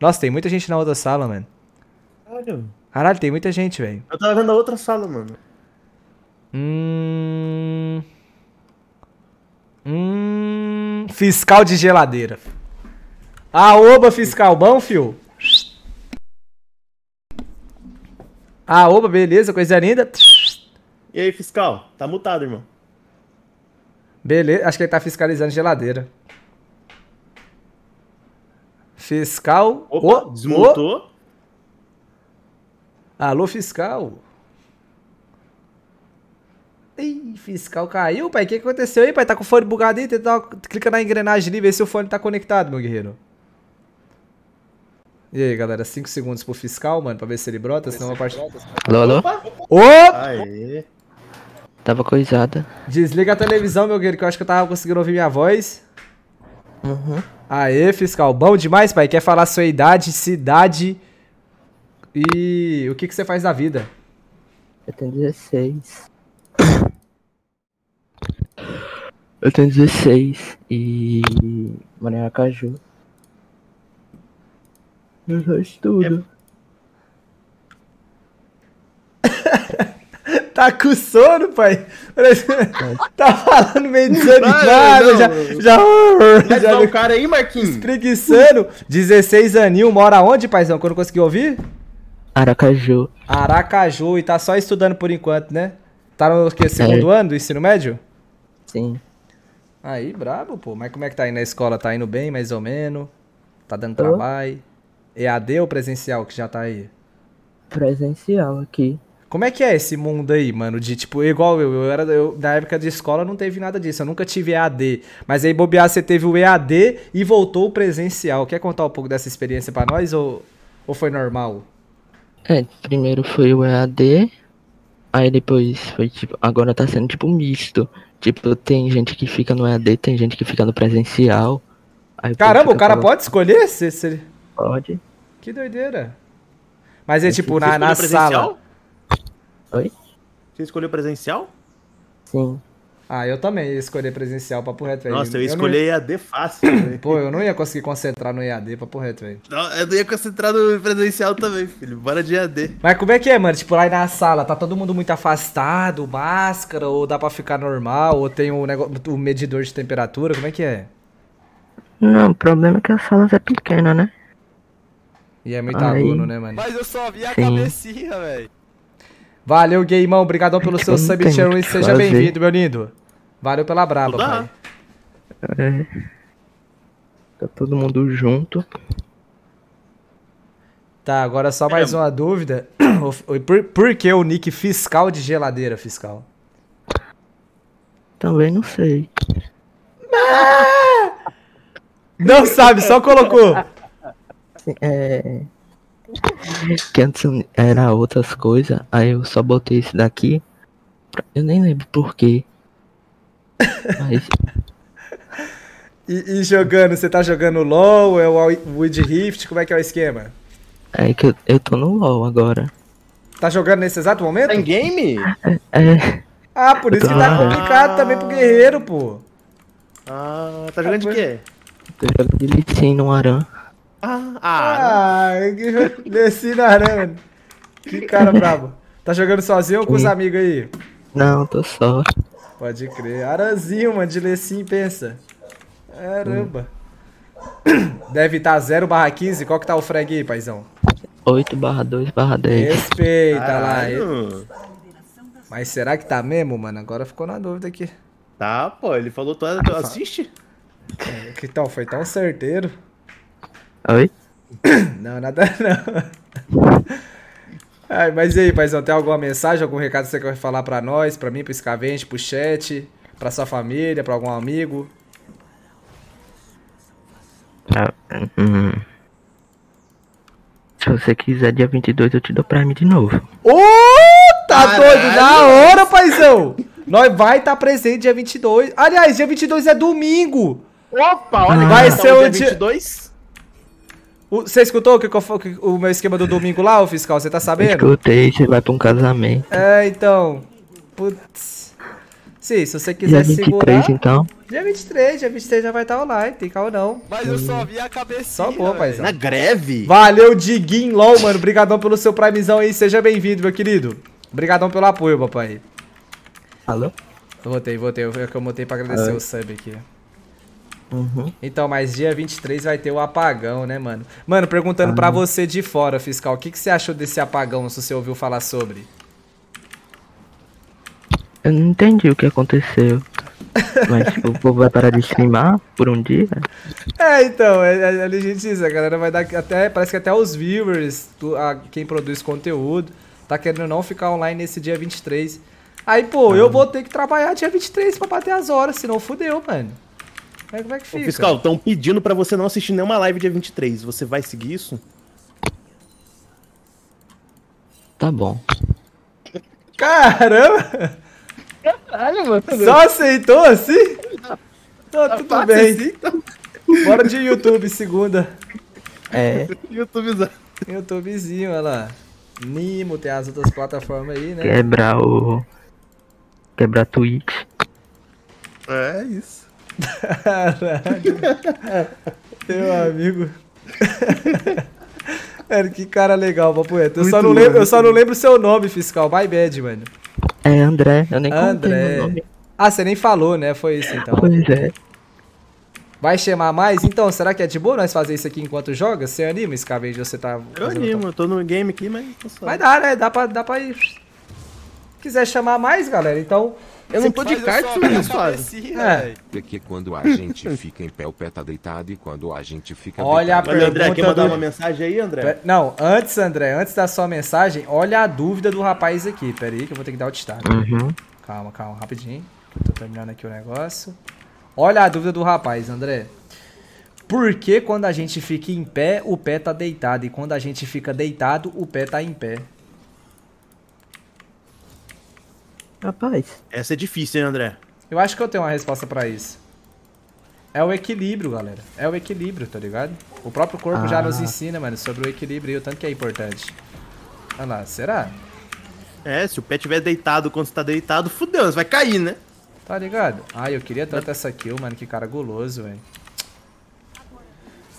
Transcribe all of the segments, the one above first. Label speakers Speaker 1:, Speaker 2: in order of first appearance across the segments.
Speaker 1: Nossa, tem muita gente na outra sala, mano.
Speaker 2: Caralho.
Speaker 1: Caralho, tem muita gente, velho.
Speaker 2: Eu tava vendo a outra sala, mano.
Speaker 1: Hum... Hum... Fiscal de geladeira. Aoba, fiscal, bom, fio? Aoba, beleza, coisa linda.
Speaker 2: E aí, fiscal? Tá mutado, irmão.
Speaker 1: Beleza, acho que ele tá fiscalizando geladeira. Fiscal.
Speaker 2: Opa,
Speaker 1: Ô, ô.
Speaker 2: desmontou.
Speaker 1: Alô, fiscal. Ih, fiscal caiu, pai. O que que aconteceu aí, pai? Tá com o fone bugado aí? Tenta, dar uma- clica na engrenagem ali, vê se o fone tá conectado, meu guerreiro. E aí, galera, 5 segundos pro fiscal, mano, pra ver se ele brota, senão a parte.
Speaker 3: Alô, alô?
Speaker 1: Ô!
Speaker 2: Aê.
Speaker 3: Tava coisada.
Speaker 1: Desliga a televisão, meu guerreiro, que eu acho que eu tava conseguindo ouvir minha voz.
Speaker 3: Uhum.
Speaker 1: Aê, fiscal, bom demais, pai. Quer falar sua idade, cidade e o que, que você faz da vida?
Speaker 3: Eu tenho 16. Eu tenho 16 e moro em Aracaju. Eu já estudo.
Speaker 1: Tá com sono, pai? Parece- tá falando meio desanimado,
Speaker 2: Vai, não,
Speaker 1: já,
Speaker 2: eu-
Speaker 1: já,
Speaker 2: Mas
Speaker 1: já
Speaker 2: dá um cara aí, Marquinhos.
Speaker 1: espreguiçando. 16 aninho, mora onde, paizão? Quando conseguiu ouvir?
Speaker 3: É. Aracaju.
Speaker 1: Aracaju, e tá só estudando por enquanto, né? Tá no quê, segundo ano do ensino médio?
Speaker 3: Sim.
Speaker 1: Aí, brabo, pô. Mas como é que tá indo na escola? Tá indo bem, mais ou menos? Tá dando
Speaker 3: Tô.
Speaker 1: trabalho? EAD ou presencial que já tá aí?
Speaker 3: Presencial aqui.
Speaker 1: Como é que é esse mundo aí, mano? De tipo, igual eu, eu era. Eu, na época de escola não teve nada disso, eu nunca tive EAD. Mas aí, bobear, você teve o EAD e voltou o presencial. Quer contar um pouco dessa experiência pra nós ou, ou foi normal?
Speaker 3: É, primeiro foi o EAD. Aí depois foi tipo. Agora tá sendo tipo misto. Tipo, tem gente que fica no EAD, tem gente que fica no presencial. Aí
Speaker 1: Caramba, o
Speaker 3: fica
Speaker 1: cara
Speaker 3: falando,
Speaker 1: pode escolher? Se, se-
Speaker 3: Pode.
Speaker 1: Que doideira. Mas é tipo,
Speaker 2: Você
Speaker 1: na, na
Speaker 2: escolheu
Speaker 1: sala.
Speaker 3: Oi?
Speaker 2: Você escolheu presencial?
Speaker 3: Sim.
Speaker 1: Ah, eu também ia escolher presencial, papo reto, velho.
Speaker 2: Nossa, eu
Speaker 1: não
Speaker 2: escolhi EAD fácil, velho.
Speaker 1: ia- Pô, eu não ia conseguir concentrar no EAD, papo reto, velho.
Speaker 2: Não, Eu ia concentrar no presencial também, filho. Bora de EAD.
Speaker 1: Mas como é que é, mano? Tipo, lá na sala, tá todo mundo muito afastado, máscara, ou dá pra ficar normal, ou tem o, nego- o medidor de temperatura, como é que é?
Speaker 3: Não, o problema é que a sala é pequena, né?
Speaker 1: E é muito
Speaker 3: Ai.
Speaker 1: aluno, né, mano?
Speaker 4: Mas eu só vi a
Speaker 3: Sim.
Speaker 4: cabecinha, velho.
Speaker 1: Valeu, Gameão, obrigadão pelo seu
Speaker 3: Não tem
Speaker 1: sub, Tier
Speaker 3: muito o
Speaker 1: 1,
Speaker 3: que
Speaker 1: seja
Speaker 3: fazer.
Speaker 1: bem-vindo, meu lindo. Valeu pela braba,
Speaker 2: Dá.
Speaker 1: pai.
Speaker 3: Tá todo mundo junto.
Speaker 1: Tá, agora só mais uma dúvida. O- o- Por, por que o nick fiscal de geladeira, fiscal?
Speaker 3: Também não sei.
Speaker 1: Não sabe, só colocou.
Speaker 3: É. Que antes era outras coisas, aí eu só botei esse daqui. pra- Eu nem lembro porquê. Mas
Speaker 1: E, e jogando, você tá jogando LOL, é o Wood Rift, como é que é o esquema?
Speaker 3: é que eu, eu tô no LOL agora.
Speaker 1: Tá jogando nesse exato momento?
Speaker 2: Tá em game?
Speaker 3: É,
Speaker 1: Ah, por isso que tá
Speaker 3: Ah.
Speaker 1: complicado também pro guerreiro, pô.
Speaker 2: Ah, tá jogando de quê?
Speaker 3: tô jogando de Lee Sin no Aran.
Speaker 2: Ah, ah,
Speaker 1: Ah, que- desci na arame. Que cara brabo. Tá jogando sozinho ou com os
Speaker 3: Hum.
Speaker 1: amigos aí?
Speaker 3: Não, tô só.
Speaker 1: Pode crer. Aranzinho, mano, de Lecim, pensa. Caramba. Deve estar 0 barra 15. Qual que tá o frag aí, paizão?
Speaker 3: 8 barra 2 barra 10.
Speaker 1: Respeita lá.
Speaker 2: caralho.
Speaker 1: Mas será que tá mesmo, mano? Agora ficou na dúvida aqui.
Speaker 2: Tá, pô, ele falou toda. tu Assiste?
Speaker 1: É, Que tal? Foi tão certeiro.
Speaker 3: É. Oi?
Speaker 1: Não, nada não. Ai, mas e aí, paizão, tem alguma mensagem, algum recado que você quer falar pra nós, pra mim, pro Escavente, pro chat, pra sua família, pra algum amigo?
Speaker 3: Ah, hum. Se você quiser, dia 22 eu te dou Prime de novo.
Speaker 1: Ô, tá
Speaker 2: Caralho!
Speaker 1: doido, da hora, paizão! Nós vai estar presente dia 22. Aliás, dia 22 é domingo.
Speaker 2: Opa, olha
Speaker 1: Vai
Speaker 2: que
Speaker 1: ser
Speaker 2: tá
Speaker 1: o dia-
Speaker 2: 22.
Speaker 1: O- Você escutou o que, que eu fa- que- o meu esquema do domingo lá, ô fiscal? Você tá sabendo?
Speaker 3: Escutei, você vai pra um casamento.
Speaker 1: É, então. Putz. Sim, se você
Speaker 3: Dia
Speaker 1: quiser
Speaker 3: 23,
Speaker 1: segurar.
Speaker 3: então.
Speaker 1: Dia 23, dia 23 já vai estar online, tem calma não.
Speaker 4: Mas eu
Speaker 5: Hum.
Speaker 4: só vi a cabecinha.
Speaker 1: Só
Speaker 5: Tá
Speaker 1: boa,
Speaker 4: velho.
Speaker 1: paizão.
Speaker 2: Na greve?
Speaker 1: Valeu, Diguinho LOL, mano. Obrigadão pelo seu primezão aí. Seja bem-vindo, meu querido. Obrigadão pelo apoio, papai.
Speaker 3: Alô?
Speaker 1: Eu votei, votei. Eu, eu botei pra agradecer o sub aqui.
Speaker 3: Uhum.
Speaker 1: Então, mas dia 23 vai ter o apagão, né, mano? Mano, perguntando pra você de fora, fiscal, o que, que você achou desse apagão, se você ouviu falar sobre?
Speaker 3: Eu não entendi o que aconteceu. Mas tipo, o povo vai parar de streamar por um dia?
Speaker 1: É, então, é, é, a gente diz, a galera vai dar até, parece que até os viewers, tu- a- quem produz conteúdo, tá querendo não ficar online nesse dia 23. Aí, pô, eu vou ter que trabalhar dia 23 pra bater as horas, senão fudeu, mano. Aí como é que
Speaker 5: Ô,
Speaker 1: fica?
Speaker 5: fiscal, estão pedindo pra você não assistir nenhuma live dia 23. Você vai seguir isso?
Speaker 3: Tá bom.
Speaker 1: Caramba!
Speaker 3: Caralho, mano.
Speaker 1: Só aceitou assim? Tá tudo
Speaker 5: assim,
Speaker 1: bem.
Speaker 5: então.
Speaker 1: Bora de YouTube, segunda.
Speaker 3: É,
Speaker 2: YouTube
Speaker 1: YouTubezinho, olha lá. Nimo, tem as outras plataformas aí, né?
Speaker 3: quebrar o. Quebrar Twitch.
Speaker 2: É isso.
Speaker 1: Caralho. Meu amigo. Mano, que cara legal, papo reto. Eu só, não lembro, eu só não lembro o seu nome, fiscal. My bad, mano.
Speaker 3: É André, eu nem contei
Speaker 1: André.
Speaker 3: meu nome.
Speaker 1: Ah, você nem falou, né? Foi isso então.
Speaker 3: Pois é.
Speaker 1: Vai chamar mais? Então, será que é de boa nós fazer isso aqui enquanto joga? Você anima, Scavejo? Você tá.
Speaker 5: Eu
Speaker 1: fazendo-
Speaker 5: animo, eu tô no game aqui, mas tô só.
Speaker 1: Vai dar, né? Dá pra, dá pra ir. Se quiser chamar mais, galera, então.
Speaker 2: Eu não tô
Speaker 4: Mas
Speaker 2: de
Speaker 4: eu
Speaker 2: kart,
Speaker 4: só vi a
Speaker 2: eles fazem.
Speaker 4: cabecinha,
Speaker 1: É.
Speaker 4: velho.
Speaker 6: É que quando a gente fica em pé, o pé tá deitado e quando a gente fica
Speaker 1: Olha a
Speaker 6: deitado,
Speaker 5: Olha, André, quer
Speaker 1: pergunta
Speaker 5: mandar
Speaker 1: do-
Speaker 5: uma mensagem aí, André?
Speaker 3: É.
Speaker 1: Pe- Não, antes, André, antes da sua mensagem, olha a dúvida do rapaz aqui. Pera aí que eu vou ter que dar o destaque.
Speaker 3: Uhum.
Speaker 1: Calma, calma, rapidinho. que eu Tô terminando aqui o negócio. Olha a dúvida do rapaz, André. Por que quando a gente fica em pé, o pé tá deitado? E quando a gente fica deitado, o pé tá em pé?
Speaker 3: Rapaz,
Speaker 5: Essa é difícil, hein, André?
Speaker 1: Eu acho que eu tenho uma resposta pra isso. É o equilíbrio, galera. É o equilíbrio, tá ligado? O próprio corpo já
Speaker 3: Ah.
Speaker 1: nos ensina, mano, sobre o equilíbrio e o tanto que é importante. Olha lá, será?
Speaker 5: É, se o pé tiver deitado quando você tá deitado, fudeu, você vai cair, né?
Speaker 1: Tá ligado? Ai, eu queria tanto essa kill, mano. Que cara guloso, velho.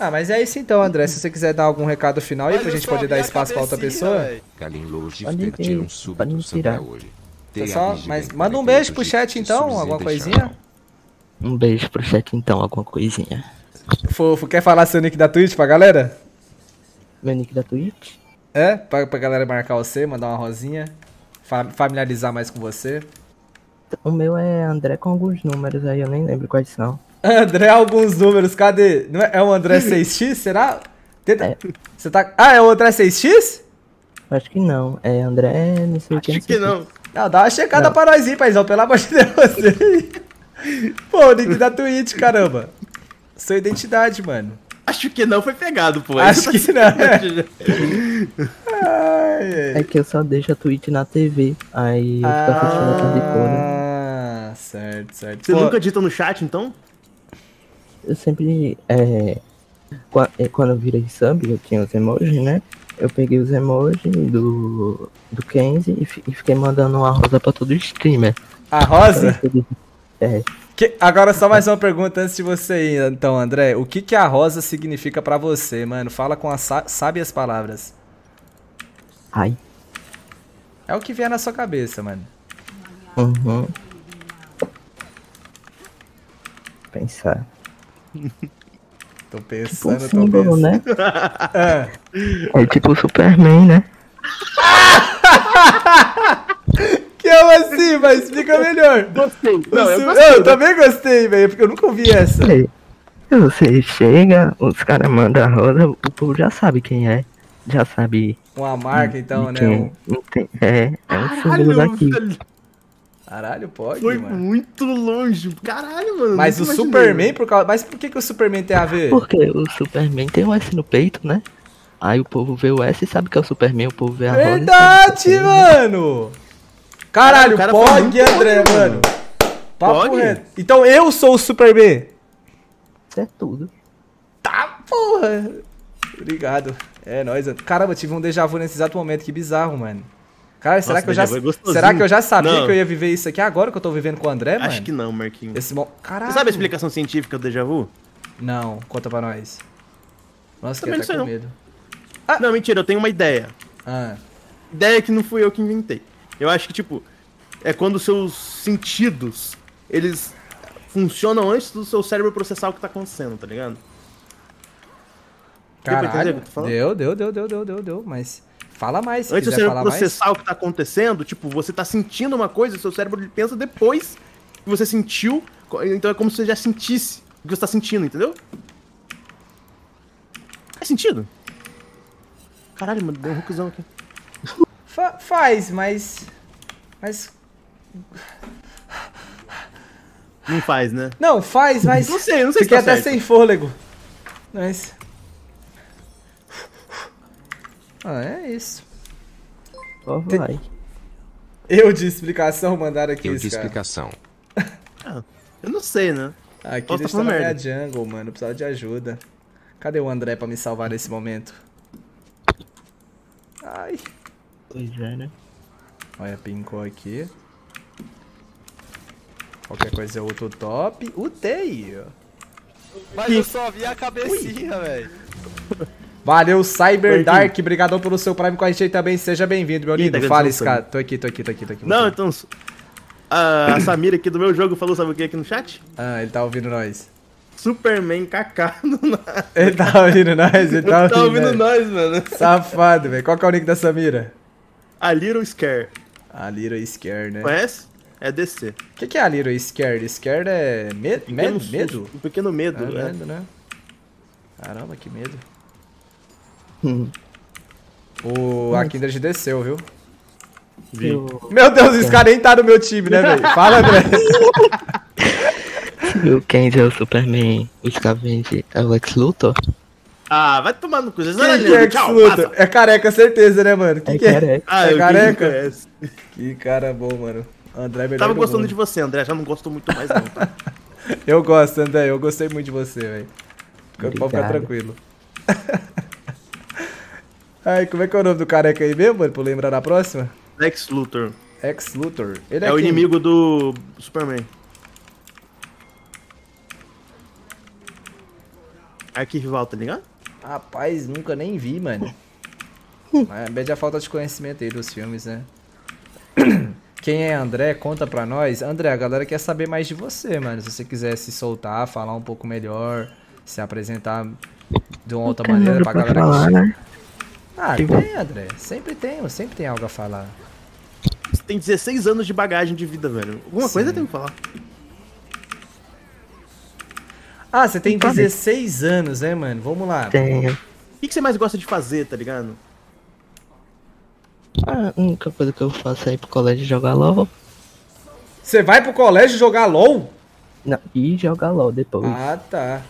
Speaker 1: Ah, mas é isso então, André. Se você quiser dar algum recado final aí
Speaker 4: Mas
Speaker 1: pra
Speaker 4: eu
Speaker 1: gente
Speaker 4: só
Speaker 1: poder
Speaker 4: vi
Speaker 1: dar
Speaker 4: a
Speaker 1: espaço pra outra
Speaker 4: cabecinha,
Speaker 1: pessoa.
Speaker 4: velho.
Speaker 6: Kalin Lodge
Speaker 3: Pode
Speaker 6: ter
Speaker 3: ir,
Speaker 6: tirar um sub
Speaker 3: pode
Speaker 6: do
Speaker 3: tirar.
Speaker 6: Santa hoje.
Speaker 1: Pessoal, Tá mas manda um beijo pro chat então, alguma coisinha.
Speaker 3: um beijo pro chat então, alguma coisinha.
Speaker 1: Fofo, quer falar seu nick da Twitch pra galera?
Speaker 3: Meu nick da Twitch?
Speaker 1: É? Pra, pra galera marcar você, mandar uma rosinha. fa- familiarizar mais com você.
Speaker 3: O meu é André com alguns números aí, eu nem lembro quais são.
Speaker 1: André, alguns números, cadê? Não é, é um André 6x? Será? Tenta-
Speaker 3: É.
Speaker 1: Você tá. Ah, é o André 6x?
Speaker 3: Acho que não. É André, não sei o que.
Speaker 2: Acho que não.
Speaker 1: Não, dá uma checada
Speaker 3: Não.
Speaker 1: pra nós aí, paizão, pelo amor de Deus. Pô, o nick da Twitch, caramba. Sua identidade, mano.
Speaker 2: Acho que não foi pegado, pô.
Speaker 1: Acho que não.
Speaker 5: é.
Speaker 1: Ai, ai.
Speaker 3: É que eu só deixo a Twitch na TV. Aí eu fico assistindo Tá a tarde toda. né?
Speaker 1: Ah, certo, certo.
Speaker 5: Você
Speaker 1: Pô,
Speaker 5: nunca digita no chat, então?
Speaker 3: Eu sempre. É, qua- é, quando eu virei sub, eu tinha os emojis, né? Eu peguei os emojis do, do Kenzie e, fi- e fiquei mandando uma rosa pra todo streamer.
Speaker 1: A Rosa?
Speaker 3: É,
Speaker 1: Que- Agora só mais uma pergunta antes de você ir, então, André. O que, que a Rosa significa pra você, mano? Fala com as sa- sábias palavras.
Speaker 3: ai.
Speaker 1: É o que vier na sua cabeça, mano.
Speaker 3: Uhum. Pensar.
Speaker 1: Tô
Speaker 3: Tipo um
Speaker 1: pensando, tô
Speaker 3: símbolo,
Speaker 1: pensando.
Speaker 3: né?
Speaker 1: Ah,
Speaker 3: É tipo o Superman, né?
Speaker 1: que é assim, mas explica melhor.
Speaker 2: Gostei. Não, eu
Speaker 1: Sim,
Speaker 2: gostei.
Speaker 5: é
Speaker 2: né?
Speaker 1: eu também gostei, velho, porque eu nunca ouvi essa.
Speaker 5: Hum.
Speaker 3: Aí, Você chega, os caras mandam a rosa, o povo já sabe quem é. Já sabe
Speaker 1: Uma marca, então, né?
Speaker 3: de quem.
Speaker 1: Um-
Speaker 3: Quem é, é um
Speaker 2: Caralho,
Speaker 3: símbolo daqui.
Speaker 2: velho,
Speaker 1: Caralho, pode,
Speaker 2: foi
Speaker 1: mano.
Speaker 2: muito longe. Caralho, mano.
Speaker 1: Mas o
Speaker 2: nunca imaginei.
Speaker 1: Superman, por causa. Mas por que, que o Superman tem a ver?
Speaker 3: Porque o Superman tem um S no peito, né? Aí o povo vê o S e sabe que é o Superman, o povo vê a rosa. e sabe que
Speaker 1: Verdade,
Speaker 3: é o Superman.
Speaker 1: mano! Caralho,
Speaker 5: O cara foi
Speaker 1: Pog,
Speaker 5: muito
Speaker 1: André,
Speaker 5: longe,
Speaker 1: mano. Papo
Speaker 5: Pog?
Speaker 1: reto. Então eu sou o Superman.
Speaker 3: Isso é tudo.
Speaker 1: Tá, porra. Obrigado. É nóis. André. Caramba, eu tive um déjà vu nesse exato momento. Que bizarro, mano. Cara, será,
Speaker 5: Nossa,
Speaker 1: que eu já,
Speaker 5: déjà vu é gostosinho.
Speaker 1: será que eu já sabia
Speaker 5: Não.
Speaker 1: que eu ia viver isso aqui agora que eu tô vivendo com o André, mano?
Speaker 5: Acho que não, Marquinhos.
Speaker 1: Esse mo... Caralho.
Speaker 5: Você sabe a explicação científica do déjà vu?
Speaker 1: Não, conta pra nós. Nossa, que
Speaker 5: Também
Speaker 1: eu
Speaker 5: não sei
Speaker 1: tá com
Speaker 5: não.
Speaker 1: medo.
Speaker 5: Não, mentira, eu tenho uma ideia.
Speaker 1: Ah,
Speaker 5: Ideia que não fui eu que inventei. Eu acho que, tipo, é quando seus sentidos, eles funcionam antes do seu cérebro processar o que tá acontecendo, tá ligado? pra entender o que
Speaker 1: caralho.
Speaker 5: eu tô falando?
Speaker 1: Deu, deu, deu, deu, deu, deu, deu. Mas fala mais, se
Speaker 5: Antes do
Speaker 1: quiser
Speaker 5: cérebro
Speaker 1: falar mais.
Speaker 5: processar o que tá acontecendo, tipo, você tá sentindo uma coisa, seu cérebro ele pensa depois que você sentiu, co- então é como se você já sentisse o que você tá sentindo, entendeu? Faz sentido? Caralho, mano, deu um rucuzão aqui.
Speaker 1: Fa- faz, mas... Mas...
Speaker 5: Não faz, né?
Speaker 1: Não, faz, mas...
Speaker 5: Não sei, não sei se
Speaker 1: Fiquei
Speaker 5: tá
Speaker 1: até
Speaker 5: certo.
Speaker 1: sem fôlego. Mas... Ah, é isso.
Speaker 3: Só vai.
Speaker 1: Eu de explicação mandaram aqui
Speaker 6: Eu de
Speaker 1: isso, cara.
Speaker 6: explicação.
Speaker 5: Eu não sei, né?
Speaker 1: Aqui eles
Speaker 5: Posso tá
Speaker 1: estão
Speaker 5: falando
Speaker 1: na minha
Speaker 5: merda.
Speaker 1: jungle, mano. Eu precisava de ajuda. Cadê o André pra me salvar nesse momento? Ai.
Speaker 3: Pois é, né?
Speaker 1: Olha, pincou aqui. Qualquer coisa é outro top. Utei!
Speaker 4: Mas eu só vi a cabecinha, velho.
Speaker 1: Valeu, Cyber Dark. Obrigadão pelo seu Prime com a gente aí também. Seja bem-vindo, meu
Speaker 5: Ih,
Speaker 1: lindo.
Speaker 5: tá
Speaker 1: Fala,
Speaker 5: gritando,
Speaker 1: Scar. Tô aqui, tô aqui, tô aqui, tô aqui.
Speaker 5: Não, então. A, a Samira aqui do meu jogo falou, sabe o que aqui no chat?
Speaker 1: Ah, ele tá ouvindo nós.
Speaker 5: Superman KK. Não
Speaker 1: Ele tá ouvindo nós, ele tá
Speaker 5: tá,
Speaker 1: ouvindo,
Speaker 5: ouvindo
Speaker 1: nós.
Speaker 5: nós, mano.
Speaker 1: Safado, velho. Qual que é o nick da Samira?
Speaker 5: A Little Scare.
Speaker 1: A Little Scare, né?
Speaker 5: Conhece? É DC.
Speaker 1: O que, que é a Little Scared? Scared é me medo?
Speaker 5: Pequeno
Speaker 1: Medo?
Speaker 5: susto, Um pequeno medo,
Speaker 1: Ah,
Speaker 5: né?
Speaker 1: medo, né? Caramba, que medo.
Speaker 3: Hum.
Speaker 1: O a Kindred desceu, viu?
Speaker 3: Eu...
Speaker 1: Meu Deus, esse cara nem tá no meu time, né, velho? Fala, André.
Speaker 3: O Kenzie é o Superman, o Scavenge é o Lex Luthor.
Speaker 5: Ah, vai tomar no cu. Vocês
Speaker 1: Quem que
Speaker 5: não
Speaker 1: é
Speaker 5: lembram.
Speaker 1: que
Speaker 5: Tchau,
Speaker 1: luta?
Speaker 5: passa.
Speaker 1: É careca, certeza, né, mano? Que
Speaker 3: É
Speaker 1: que é?
Speaker 3: careca.
Speaker 5: Ah,
Speaker 1: É
Speaker 5: eu
Speaker 1: careca?
Speaker 5: careca. Conhece.
Speaker 1: Que cara bom, mano. André é melhor
Speaker 5: Tava
Speaker 1: do
Speaker 5: gostando de
Speaker 1: mundo.
Speaker 5: você, André. Já não gosto muito mais, não. Tá?
Speaker 1: Eu gosto, André. Eu gostei muito de você, velho. Fica- Pode ficar
Speaker 3: Obrigado.
Speaker 1: tranquilo. Ai, como é que é o nome do careca aí mesmo, mano? Pra eu lembrar na próxima?
Speaker 5: Lex Luthor.
Speaker 1: Ex Luthor. Ele
Speaker 5: É, o
Speaker 1: quem?
Speaker 5: inimigo do Superman. Arquival, tá ligado?
Speaker 1: Rapaz, nunca nem vi, mano. Mas Mede a falta de conhecimento aí dos filmes, né? Quem é André, conta pra nós. André, a galera quer saber mais de você, mano. Se você quiser se soltar, falar um pouco melhor, se apresentar de uma outra
Speaker 3: é
Speaker 1: maneira pra galera que
Speaker 3: falar,
Speaker 1: chega.
Speaker 3: né?
Speaker 1: Ah,
Speaker 3: Que
Speaker 1: tem, André. Sempre tem, sempre tem algo a falar.
Speaker 5: Você tem 16 anos de bagagem de vida, velho. Alguma
Speaker 1: Sim.
Speaker 5: coisa tem que falar.
Speaker 1: Ah, você tem 16 anos, né, mano? Vamos lá.
Speaker 3: Tenho.
Speaker 5: O que que você mais gosta de fazer, tá ligado?
Speaker 3: A única coisa que eu faço é ir pro colégio jogar LOL.
Speaker 1: Você vai pro colégio jogar LOL?
Speaker 3: Não, e jogar LOL depois.
Speaker 1: Ah, tá.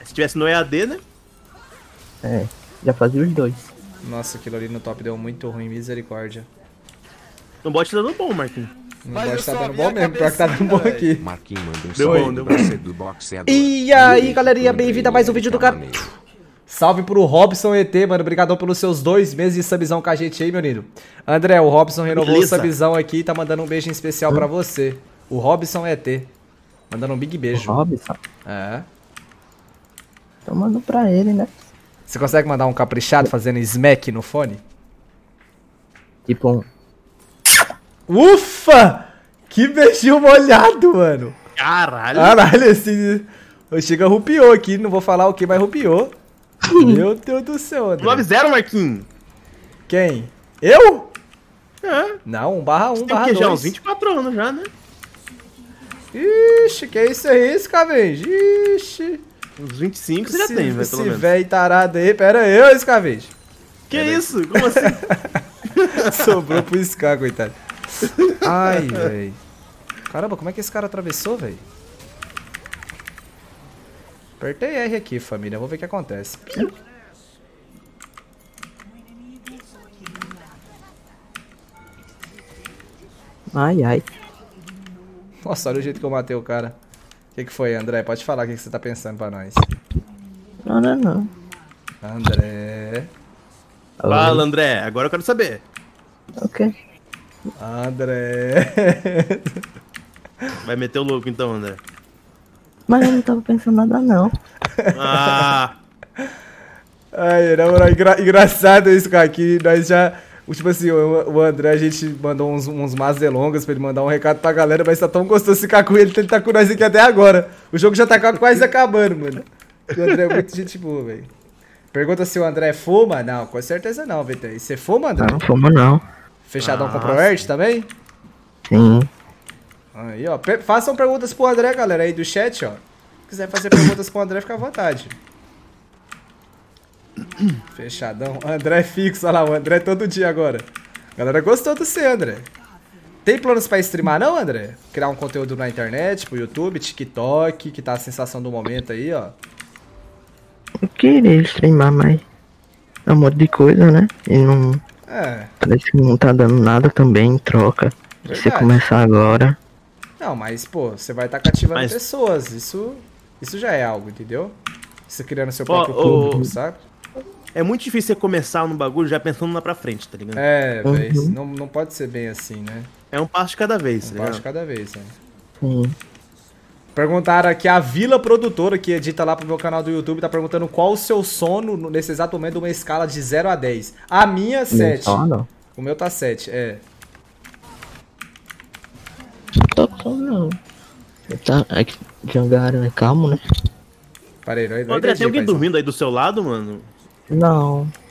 Speaker 5: É, Se tivesse no EAD, né?
Speaker 3: É, já fazia os dois.
Speaker 1: Nossa, aquilo ali no top deu muito ruim, misericórdia.
Speaker 5: Não Então bote dando bom, Marquinhos.
Speaker 1: Não
Speaker 4: Mas
Speaker 1: pode
Speaker 4: eu
Speaker 1: estar
Speaker 4: só
Speaker 1: dando
Speaker 4: vi
Speaker 1: bom
Speaker 4: a
Speaker 1: mesmo, pior que tá dando
Speaker 4: cabecinha,
Speaker 1: bom
Speaker 4: velho.
Speaker 1: aqui.
Speaker 6: Marquinhos manda um
Speaker 5: Deu bom,
Speaker 6: salve
Speaker 5: deu bom.
Speaker 6: do braceiro do boxeador.
Speaker 1: E aí, galerinha,
Speaker 6: Beijo pro Andrei
Speaker 1: bem-vindo a mais um vídeo do canal.
Speaker 6: Camaneiro.
Speaker 1: Salve pro Robson ET, mano. Obrigadão pelos seus dois meses de subzão com a gente aí, meu lindo. André, o Robson renovou
Speaker 5: Beleza.
Speaker 1: o subzão aqui e tá mandando um beijo em especial pra você. O Robson ET. Mandando um big beijo.
Speaker 5: Uhum.
Speaker 3: Robson.
Speaker 1: É.
Speaker 3: Tô mandando pra ele, né?
Speaker 1: Você consegue mandar um caprichado fazendo smack no fone?
Speaker 3: Tipo, um,
Speaker 1: Ufa! Que beijinho molhado, mano.
Speaker 5: Caralho.
Speaker 1: Caralho, esse... O Chica rupiou aqui, não vou falar o que, mas rupiou. Meu Deus do céu, André.
Speaker 5: 9-0, Marquinhos.
Speaker 1: Quem? Eu?
Speaker 5: É.
Speaker 1: Não, 1 barra 1
Speaker 5: Tem o
Speaker 1: barra
Speaker 5: quê? Já
Speaker 1: 2.
Speaker 5: uns 24 anos já, né?
Speaker 1: Ixi, que isso aí, esse Scavenge? Ixi.
Speaker 5: Uns 25 você já tem, velho, pelo
Speaker 1: Esse
Speaker 5: menos.
Speaker 1: velho tarado aí, pera eu, Scavenge.
Speaker 5: Que isso? Como assim?
Speaker 1: Sobrou pro Scar, coitado. Ai, velho. Caramba, como é que esse cara atravessou, velho? Apertei R aqui, família. Vou ver o que acontece.
Speaker 3: ai ai.
Speaker 1: Nossa, olha o jeito que eu matei o cara. O que, que foi, André? Pode falar o que, que você tá pensando pra nós.
Speaker 3: Não, não, não.
Speaker 1: André.
Speaker 5: Fala, André. Agora eu quero saber.
Speaker 3: Ok.
Speaker 1: André.
Speaker 5: Vai meter o louco então, André.
Speaker 3: Mas eu não tava pensando nada não.
Speaker 5: Ah!
Speaker 1: Ai, na moral, engra- engraçado isso, cara, que nós já. o Tipo assim, o, o André, a gente mandou uns, uns mais delongas pra ele mandar um recado pra galera, mas tá tão gostoso ficar com ele, que ele tá com nós aqui até agora. O jogo já tá ca- quase acabando, mano. E o André é muito gente boa, velho. Pergunta se o André fuma? Não, com certeza não, Vitão. E você fuma, André?
Speaker 3: Tá, Não, como não.
Speaker 1: Fechadão com o ProErt também?
Speaker 3: Sim.
Speaker 1: Aí, ó. Pe- façam perguntas pro André, galera, aí do chat, ó. Se quiser fazer perguntas pro André, fica à vontade. Fechadão. André é fixo, olha lá, o André todo dia agora. Galera gostou do seu, André. Tem planos pra streamar, não, André? Criar um conteúdo na internet, pro YouTube, TikTok, que tá a sensação do momento aí, ó.
Speaker 3: Eu queria streamar, mas é um monte de coisa, né? E não.
Speaker 1: É,
Speaker 3: Parece que não tá dando nada também em troca. Se você
Speaker 1: Verdade.
Speaker 3: começar agora.
Speaker 1: Não, mas, pô, você vai estar cativando
Speaker 5: Mas-
Speaker 1: pessoas. Isso, isso já é algo, entendeu? Você criando seu
Speaker 5: Ó,
Speaker 1: próprio
Speaker 5: ô,
Speaker 1: público,
Speaker 5: ô.
Speaker 1: sabe?
Speaker 5: É muito difícil você começar num bagulho já pensando lá pra frente, tá ligado? É,
Speaker 1: É,
Speaker 3: Uhum.
Speaker 1: véi, não, não pode ser bem assim, né?
Speaker 5: um passo de cada vez,
Speaker 1: Um
Speaker 5: tá ligado?
Speaker 1: passo cada vez, né?
Speaker 3: Sim.
Speaker 1: Perguntaram aqui, a Vila Produtora, que edita lá pro meu canal do YouTube, tá perguntando qual o seu sono no- nesse exato momento, uma escala de 0 a 10. A minha, 7.
Speaker 3: Não, não.
Speaker 1: O meu tá 7, é.
Speaker 3: Tô com sono, não. Tá, é que Jangara é calmo, né?
Speaker 1: Parei, não, não
Speaker 5: Ô, André, tem
Speaker 1: entendi,
Speaker 5: alguém
Speaker 1: paizão.
Speaker 5: dormindo aí do seu lado, mano?
Speaker 3: Não.